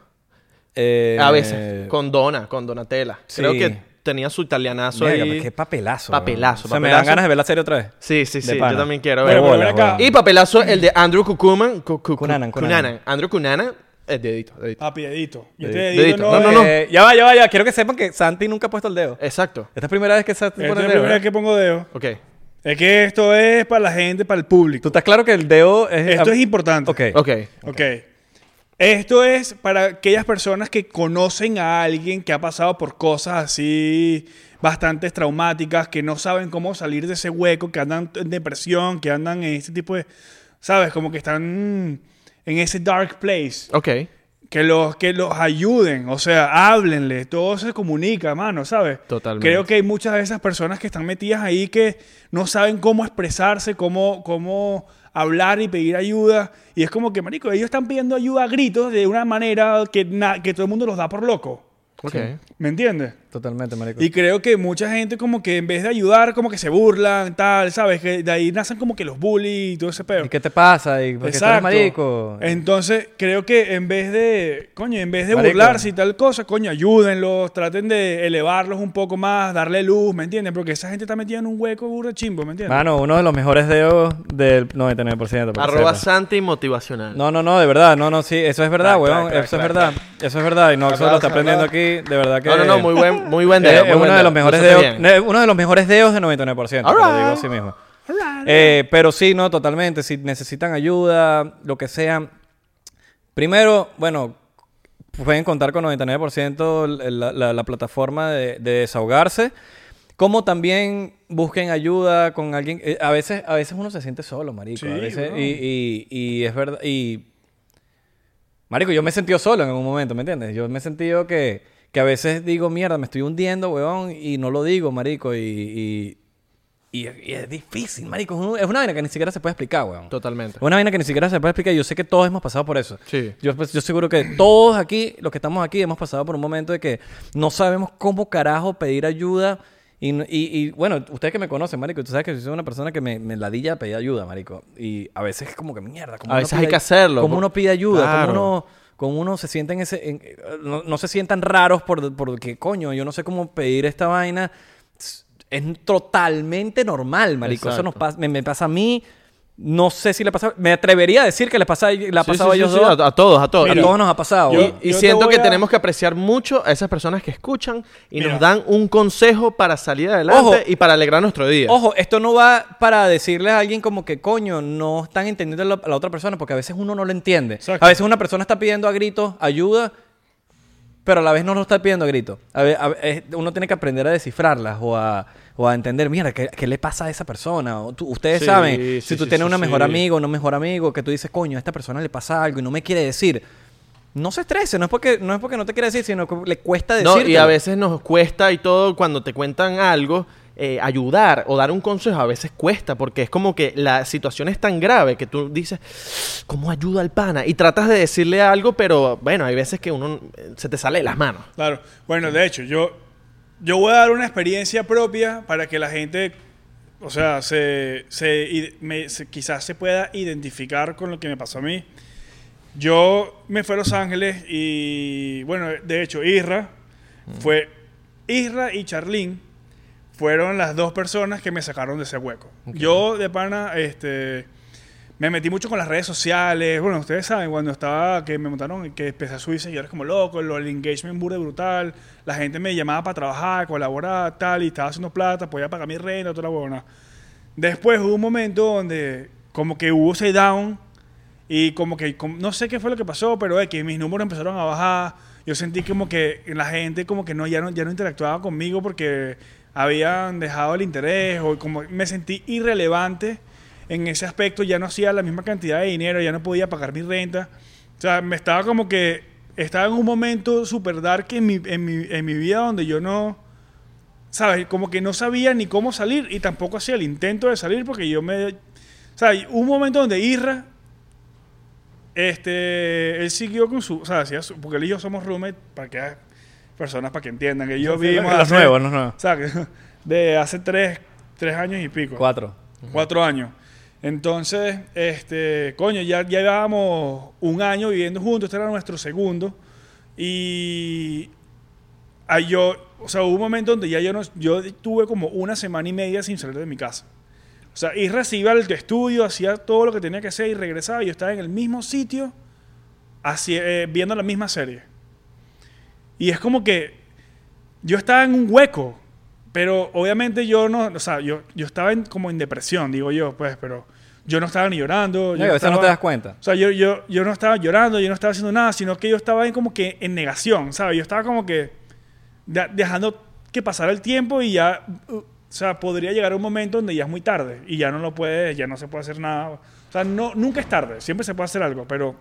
Eh, a veces. Con Dona, con Donatella. sí. Creo que tenía su italianazo Verga, ahí. qué papelazo. Papelazo, O sea, me dan papelazo. ganas de ver la serie otra vez. Sí, sí, De sí. pana. Yo también quiero Bueno, ver. pero ven bolas, acá. weón. Y papelazo el de Andrew Cucuman. Cu- cu- cu- Cunanan, Cunanan. Andrew Cunanan. Es dedito, dedito. Papi, dedito. Yo Dedito. te dedito, Dedito. no, No, no, es- no. Eh, ya va, ya va, ya. Quiero que sepan que Santi nunca ha puesto el dedo. Exacto. Esta es la primera vez que Santi Esta pone es el la primera vez dedo. ¿verdad? que Este, pongo dedo. Ok. Es que esto es para la gente, para el Tú público. estás claro que el dedo es. Esto ah, es importante. Ok. Ok. Ok. Esto es para aquellas personas que conocen a alguien que ha pasado por cosas así bastante traumáticas, que no saben cómo salir de ese hueco, que andan en depresión, que andan en ese tipo de, ¿sabes? Como que están mm, en ese dark place. Ok. Que los, que los ayuden, o sea, háblenle, todo se comunica, mano, ¿sabes? Totalmente. Creo que hay muchas de esas personas que están metidas ahí que no saben cómo expresarse, cómo, cómo hablar y pedir ayuda. Y es como que, marico, ellos están pidiendo ayuda a gritos de una manera que, na- que todo el mundo los da por loco. Ok. ¿Me entiendes? Totalmente, marico. Y creo que mucha gente como que en vez de ayudar, como que se burlan, tal, ¿sabes? Que de ahí nacen como que los bullies y todo ese pedo. ¿Y qué te pasa? ¿Y por qué tú eres marico? Entonces, creo que en vez de, coño, en vez de Marico. burlarse y tal cosa, coño, ayúdenlos, traten de elevarlos un poco más, darle luz, ¿me entienden? Porque esa gente está metida en un hueco burro de chimbo, ¿me entiendes? Mano, uno de los mejores dedos del 99%. para que Arroba sepas. Santi motivacional. No, no, no, de verdad, no, no, sí, eso es verdad, Clac, clac, weón, clac, eso es clac, verdad, eso es verdad, y no, eso lo está aprendiendo aquí, de verdad que... no, no, no, muy buen, muy buen Eh, dedo. [LAUGHS] muy es uno buen de dedo. los mejores Lo dedos, hiciste bien. eh, uno de los mejores dedos de 99%, te lo digo así mismo. Eh, pero sí, no, totalmente, si necesitan ayuda, lo que sea, primero, bueno, pueden contar con 99% la, la- la plataforma de, de desahogarse, como también busquen ayuda con alguien, eh, a veces, a veces uno se siente solo, marico, Sí, a veces, weón. y, y, y es verdad, y... Marico, yo me he sentido solo en algún momento, ¿me entiendes? Yo me he sentido que, que a veces digo, mierda, me estoy hundiendo, weón, y no lo digo, marico, y... y y- y es difícil, marico. Es un- Es una vaina que ni siquiera se puede explicar, weón. Totalmente. Es una vaina que ni siquiera se puede explicar. Yo sé que todos hemos pasado por eso. Sí. Yo, pues, yo seguro que todos aquí, los que estamos aquí, hemos pasado por un momento de que no sabemos cómo carajo pedir ayuda. Y, no- y- y, bueno, ustedes que me conocen, marico, tú sabes que yo soy una persona que me, me ladilla a pedir ayuda, marico. Y a veces es como que mierda. ¿cómo uno A veces pide- hay que hacerlo, ¿Cómo por- uno pide ayuda? Claro. ¿Cómo uno, cómo uno se siente en ese... en- no, no se sientan raros por, por que, coño, yo no sé cómo pedir esta vaina. Es es totalmente normal, marico. Eso nos Exacto. pasa- me, me pasa a mí. No sé si le pasa... Me atrevería a decir que le pasa, a- le ha Sí, pasado a sí, sí, ellos sí, dos. a, a todos, a a todos. Mira, todos nos ha pasado. yo- weón. y, y te siento voy que a- tenemos que apreciar mucho a esas personas que escuchan y Mira. nos dan un consejo para salir adelante Ojo. y para alegrar nuestro día. Ojo, esto no va para decirle a alguien como que, coño, no están entendiendo a la, a la otra persona, porque a veces uno no lo entiende. Exacto. A veces una persona está pidiendo a gritos ayuda, pero a la vez no lo está pidiendo a gritos. A ve- a- es- uno tiene que aprender a descifrarlas o a, o a entender, mira, ¿qué, qué le pasa a esa persona? O tú- ustedes Sí, saben, sí, si tú sí, tienes sí, una sí. mejor amiga o no mejor amigo, que tú dices, coño, a esta persona le pasa algo y no me quiere decir. No se estrese, no es porque no, es porque no te quiere decir, sino que le cuesta decir. No, y a veces nos cuesta y todo cuando te cuentan algo. eh, ayudar o dar un consejo a veces cuesta porque es como que la situación es tan grave que tú dices ¿cómo ayuda al pana? y tratas de decirle algo pero bueno hay veces que uno eh, se te sale de las manos Claro. Bueno, de hecho, yo, yo voy a dar una experiencia propia para que la gente, o sea, se, se, i- me- se- quizás se pueda identificar con lo que me pasó a mí. Yo me fui a Los Ángeles y, bueno, de hecho, Isra fue. Isra y Charlín fueron las dos personas que me sacaron de ese hueco. Yo, de pana, este. Me metí mucho con las redes sociales. Bueno, ustedes saben, cuando estaba, que me montaron, que empecé a Suiza, yo era como loco, lo- el engagement burde brutal. La gente me llamaba para trabajar, colaborar, tal, y estaba haciendo plata, podía pagar mi renta, toda la buena. Después hubo un momento donde como que hubo ese down y como que, com- no sé qué fue lo que pasó, pero es que mis números empezaron a bajar. Yo sentí como que la gente como que no ya no, ya no interactuaba conmigo porque habían dejado el interés o como me sentí irrelevante en ese aspecto. Ya no hacía la misma cantidad de dinero, ya no podía pagar mi renta. O sea, me estaba como que estaba en un momento súper dark en mi, en, mi, en mi vida donde yo no... ¿sabes? Como que no sabía ni cómo salir y tampoco hacía el intento de salir porque yo me... O sea, hubo un momento donde Irra, este, él siguió con su... O sea, hacía su- porque él y yo somos roommates, para que haya personas para que entiendan que yo Sí, sí, vivimos... los hace- nuevos, los nuevos. O sea, que- [LAUGHS] de hace tres, tres años y pico. Cuatro. Cuatro años. Entonces, este, coño, ya ya llevábamos un año viviendo juntos, este era nuestro segundo. Y ah, yo, o sea, hubo un momento donde ya yo no, yo tuve como una semana y media sin salir de mi casa. O sea, y recibía el estudio, hacía todo lo que tenía que hacer y regresaba. y Yo estaba en el mismo sitio así, eh, viendo la misma serie. Y es como que yo estaba en un hueco, pero obviamente yo no, o sea, yo, yo estaba en- como en depresión, digo yo, pues, pero yo no estaba ni llorando. No, yo y a veces no estaba- te das cuenta. o sea, yo, yo, yo no estaba llorando, yo no estaba haciendo nada, sino que yo estaba en como que en negación, ¿sabes? Yo estaba como que de- dejando que pasara el tiempo y ya, uh, o sea, podría llegar un momento donde ya es muy tarde y ya no lo puedes, ya no se puede hacer nada. O sea, no, nunca es tarde, siempre se puede hacer algo, pero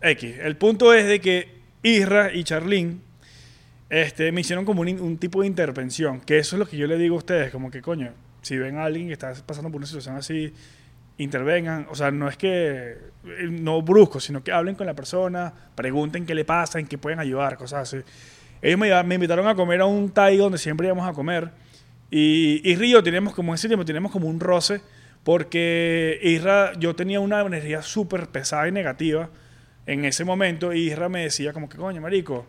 X. El punto es de que Isra y Charlín este, me hicieron como un, in- un tipo de intervención, que eso es lo que yo le digo a ustedes, como que coño, si ven a alguien que está pasando por una situación así, intervengan, o sea, no es que eh, no brusco, sino que hablen con la persona, pregunten qué le pasa, en qué pueden ayudar, cosas así. Ellos me, me invitaron a comer a un Thai donde siempre íbamos a comer y, y Río teníamos como ese tiempo, teníamos como un roce porque Isra, yo tenía una energía súper pesada y negativa en ese momento y Isra me decía como que coño, marico,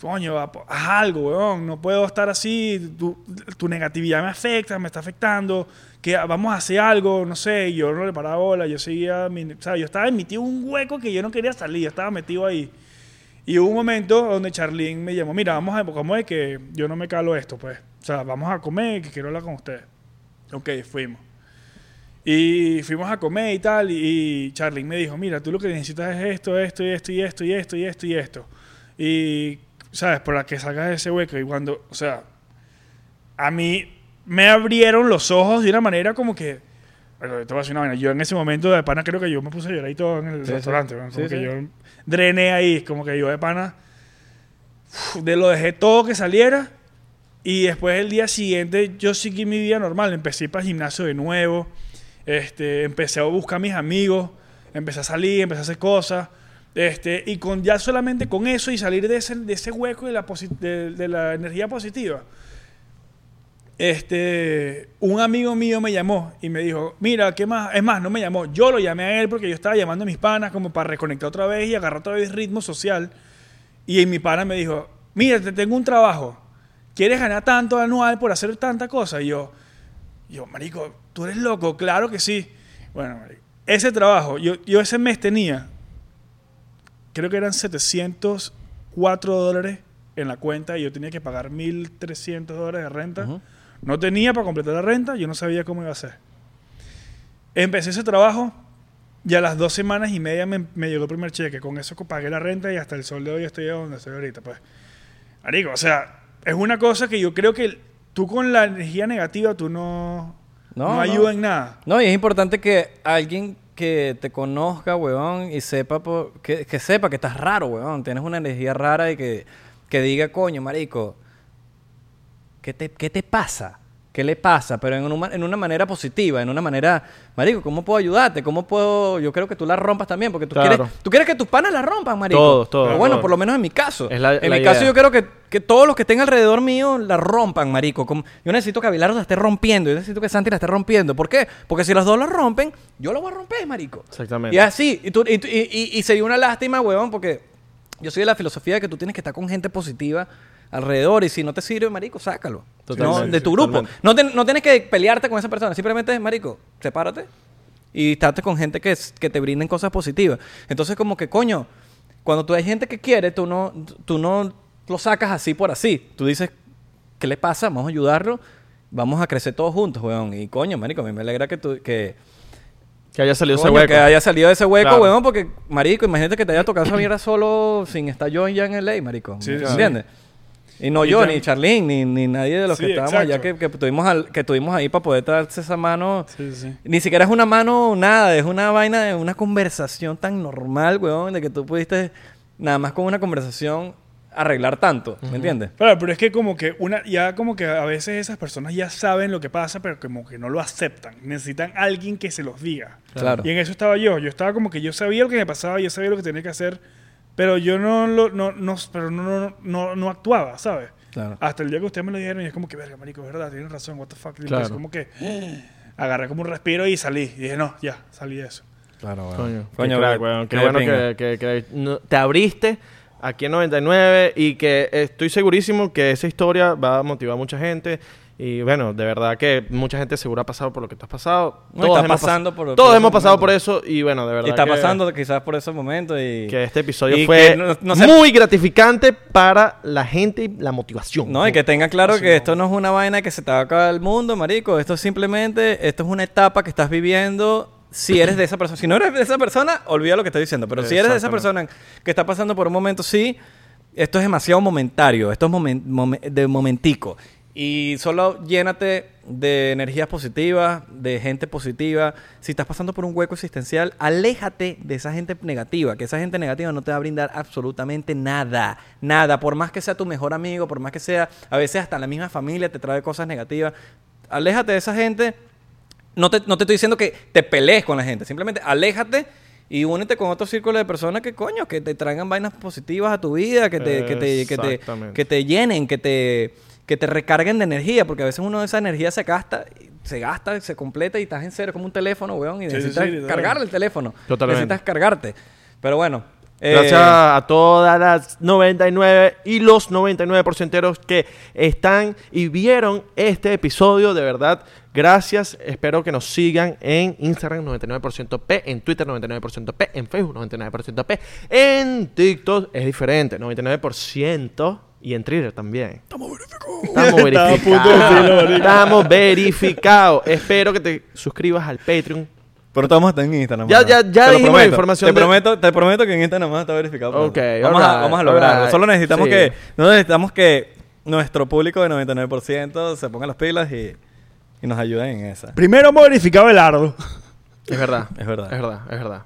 coño, va, po- haz algo, weón, no puedo estar así, tu, tu negatividad me afecta, me está afectando, que vamos a hacer algo, no sé, y yo no le paraba bola, yo seguía, mi- o sea, yo estaba metido en un hueco que yo no quería salir, yo estaba metido ahí. Y hubo un momento donde Charlene me llamó, mira, vamos a, ¿cómo es que yo no me calo esto, pues? O sea, vamos a comer, que quiero hablar con ustedes. Ok, fuimos. Y fuimos a comer y tal, y, y Charlene me dijo, mira, tú lo que necesitas es esto, esto, y esto, y esto, y esto, y esto, y esto. Y, ¿sabes? Para que salgas de ese hueco. Y cuando, o sea, a mí me abrieron los ojos de una manera como que... Bueno, te voy a decir una vaina. Yo en ese momento de pana creo que yo me puse a llorar y todo en el Sí, sí. restaurante. ¿no? Como Sí, que sí. yo drené ahí, como que yo de pana... uf, De lo dejé todo que saliera. Y después el día siguiente yo seguí mi vida normal, empecé para el gimnasio de nuevo, este, empecé a buscar a mis amigos, empecé a salir, empecé a hacer cosas, este, y con ya solamente con eso y salir de ese, de ese hueco de la, posi- de- de la energía positiva, este, un amigo mío me llamó y me dijo, mira, ¿qué más? Es más, no me llamó, yo lo llamé a él porque yo estaba llamando a mis panas como para reconectar otra vez y agarrar otra vez ritmo social. Y mi pana me dijo, mira, te tengo un trabajo. ¿Quieres ganar tanto anual por hacer tanta cosa? Y yo, yo, marico, tú eres loco, claro que sí. Bueno, marico, ese trabajo, yo, yo ese mes tenía, creo que eran 704 dólares en la cuenta y yo tenía que pagar 1.300 dólares de renta. Ujú. No tenía para completar la renta, yo no sabía cómo iba a ser. Empecé ese trabajo y a las dos semanas y media me, me llegó el primer cheque. Con eso co- pagué la renta y hasta el sol de hoy estoy donde estoy ahorita. Pues, Marico, o sea, es una cosa que yo creo que tú con la energía negativa tú no, No, no, no. ayudas en nada. No, y es importante que alguien que te conozca, weón, y sepa por- que, que sepa que estás raro, weón. Tienes una energía rara y que, que diga, coño, marico, ¿qué te, qué te pasa? ¿Qué le pasa? Pero en una, en una manera positiva, en una manera, marico, ¿cómo puedo ayudarte? ¿Cómo puedo...? Yo creo que tú la rompas también, porque tú, Claro. quieres, tú quieres que tus panas la rompan, marico. Todos, todos, O bueno, todos. por lo menos en mi caso. Es la- en la mi caso idea. yo creo que, que todos los que estén alrededor mío la rompan, marico. Como- yo necesito que Abelardo la esté rompiendo. Yo necesito que Santi la esté rompiendo. ¿Por qué? Porque si los dos la rompen, yo lo voy a romper, marico. Exactamente. Y así. Y, tú- y, tú- y- y- y sería una lástima, huevón, porque yo soy de la filosofía de que tú tienes que estar con gente positiva alrededor. Y si no te sirve, marico, sácalo. Totalmente, No, de tu sí, grupo. totalmente. No, te- no tienes que pelearte con esa persona. Simplemente, marico, sepárate y estate con gente que, es- que te brinden cosas positivas. Entonces, como que, coño, cuando tú hay gente que quiere, tú no, tú no lo sacas así por así. Tú dices, ¿qué le pasa? Vamos a ayudarlo. Vamos a crecer todos juntos, weón. Y coño, marico, a mí me alegra que tú... Que, Que haya salido coño, ese hueco. que haya salido de ese hueco, Claro. weón, porque, marico, imagínate que te haya tocado esa mierda solo sin estar yo ya en LA, marico. Sí, ¿Me claro. ¿Entiendes? Y no Y yo, tam- ni Charlene, ni, ni nadie de los Sí, que estábamos exacto. allá que, que tuvimos al- que tuvimos ahí para poder darse esa mano. Sí, sí. Ni siquiera es una mano, nada, es una vaina de una conversación tan normal, weón, de que tú pudiste nada más con una conversación arreglar tanto, ¿me entiendes? Claro, pero es que como que una, ya como que a veces esas personas ya saben lo que pasa, pero como que no lo aceptan. Necesitan alguien que se los diga. Claro. Y en eso estaba yo. Yo estaba como que yo sabía lo que me pasaba, yo sabía lo que tenía que hacer, pero yo no lo, no, no, pero no, no, no, no actuaba, ¿sabes? Claro. Hasta el día que ustedes me lo dijeron y es como que, verga, marico, es verdad, tienes razón, what the fuck. Y Claro. entonces como que "Ah". agarré como un respiro y salí. Y dije, no, ya, salí de eso. Claro, weón. Coño, Coño, qué crack, weón, weón. Qué qué de bueno pinga. que, que- que no- te abriste aquí en 99 y que estoy segurísimo que esa historia va a motivar a mucha gente Y bueno, de verdad que mucha gente seguro ha pasado por lo que tú has pasado. No, y está hemos pas- pasando por- todos por hemos ese pasado momento. por eso y bueno, de verdad Y está que- pasando quizás por ese momento y... que este episodio y fue que no- no se- muy gratificante para la gente y la motivación. No, y que tenga claro que esto no es una vaina que se te va a acabar el mundo, marico. Esto es simplemente, esto es una etapa que estás viviendo. Si eres de esa persona, si no eres de esa persona, olvida lo que estoy diciendo. Pero si eres de esa persona que está pasando por un momento, sí, esto es demasiado momentario. Esto es momen- momen- de momentico. Y solo llénate de energías positivas, de gente positiva. Si estás pasando por un hueco existencial, aléjate de esa gente negativa, que esa gente negativa no te va a brindar absolutamente nada. Nada. Por más que sea tu mejor amigo, por más que sea, a veces hasta la misma familia te trae cosas negativas. Aléjate de esa gente. No te, no te estoy diciendo que te pelees con la gente, simplemente aléjate. Y únete con otro círculo de personas que, coño, que te traigan vainas positivas a tu vida, que te, que te, que te, Exactamente. que te llenen, que te, que te recarguen de energía, porque a veces uno de esa energía se gasta, se gasta, se completa y estás en cero, como un teléfono, weón, y Sí, sí, necesitas sí, total. cargar el teléfono. Totalmente. Necesitas cargarte. Pero bueno. eh, Gracias a todas las 99 y los 99% que están y vieron este episodio, de verdad. Gracias, espero que nos sigan en Instagram 99%P, en Twitter 99%P, en Facebook 99%P, en TikTok es diferente, 99% y en Twitter también. Estamos Estaba a verificados. punto Estamos de decirlo, verificados. marico. Espero que te suscribas al Patreon. Pero estamos hasta en Instagram. Ya- ¿verdad? ya- ya Te lo dijimos prometo. información Te, de- prometo, te prometo que en Instagram más está verificado. pronto. Ok, vamos, a, alright, vamos a lograrlo. alright. Solo necesitamos Sí. que no necesitamos que nuestro público de 99% se ponga las pilas y, y nos ayuden en esa. Primero hemos verificado el ardo. Es verdad. Es verdad. Es verdad, es verdad.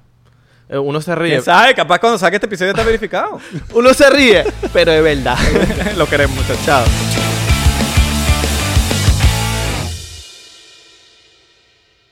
Eh, Uno se ríe. ¿Quién sabe? Capaz [LAUGHS] cuando saque este episodio está verificado. Uno se ríe, pero es verdad. Lo queremos, muchachos. Chao. Too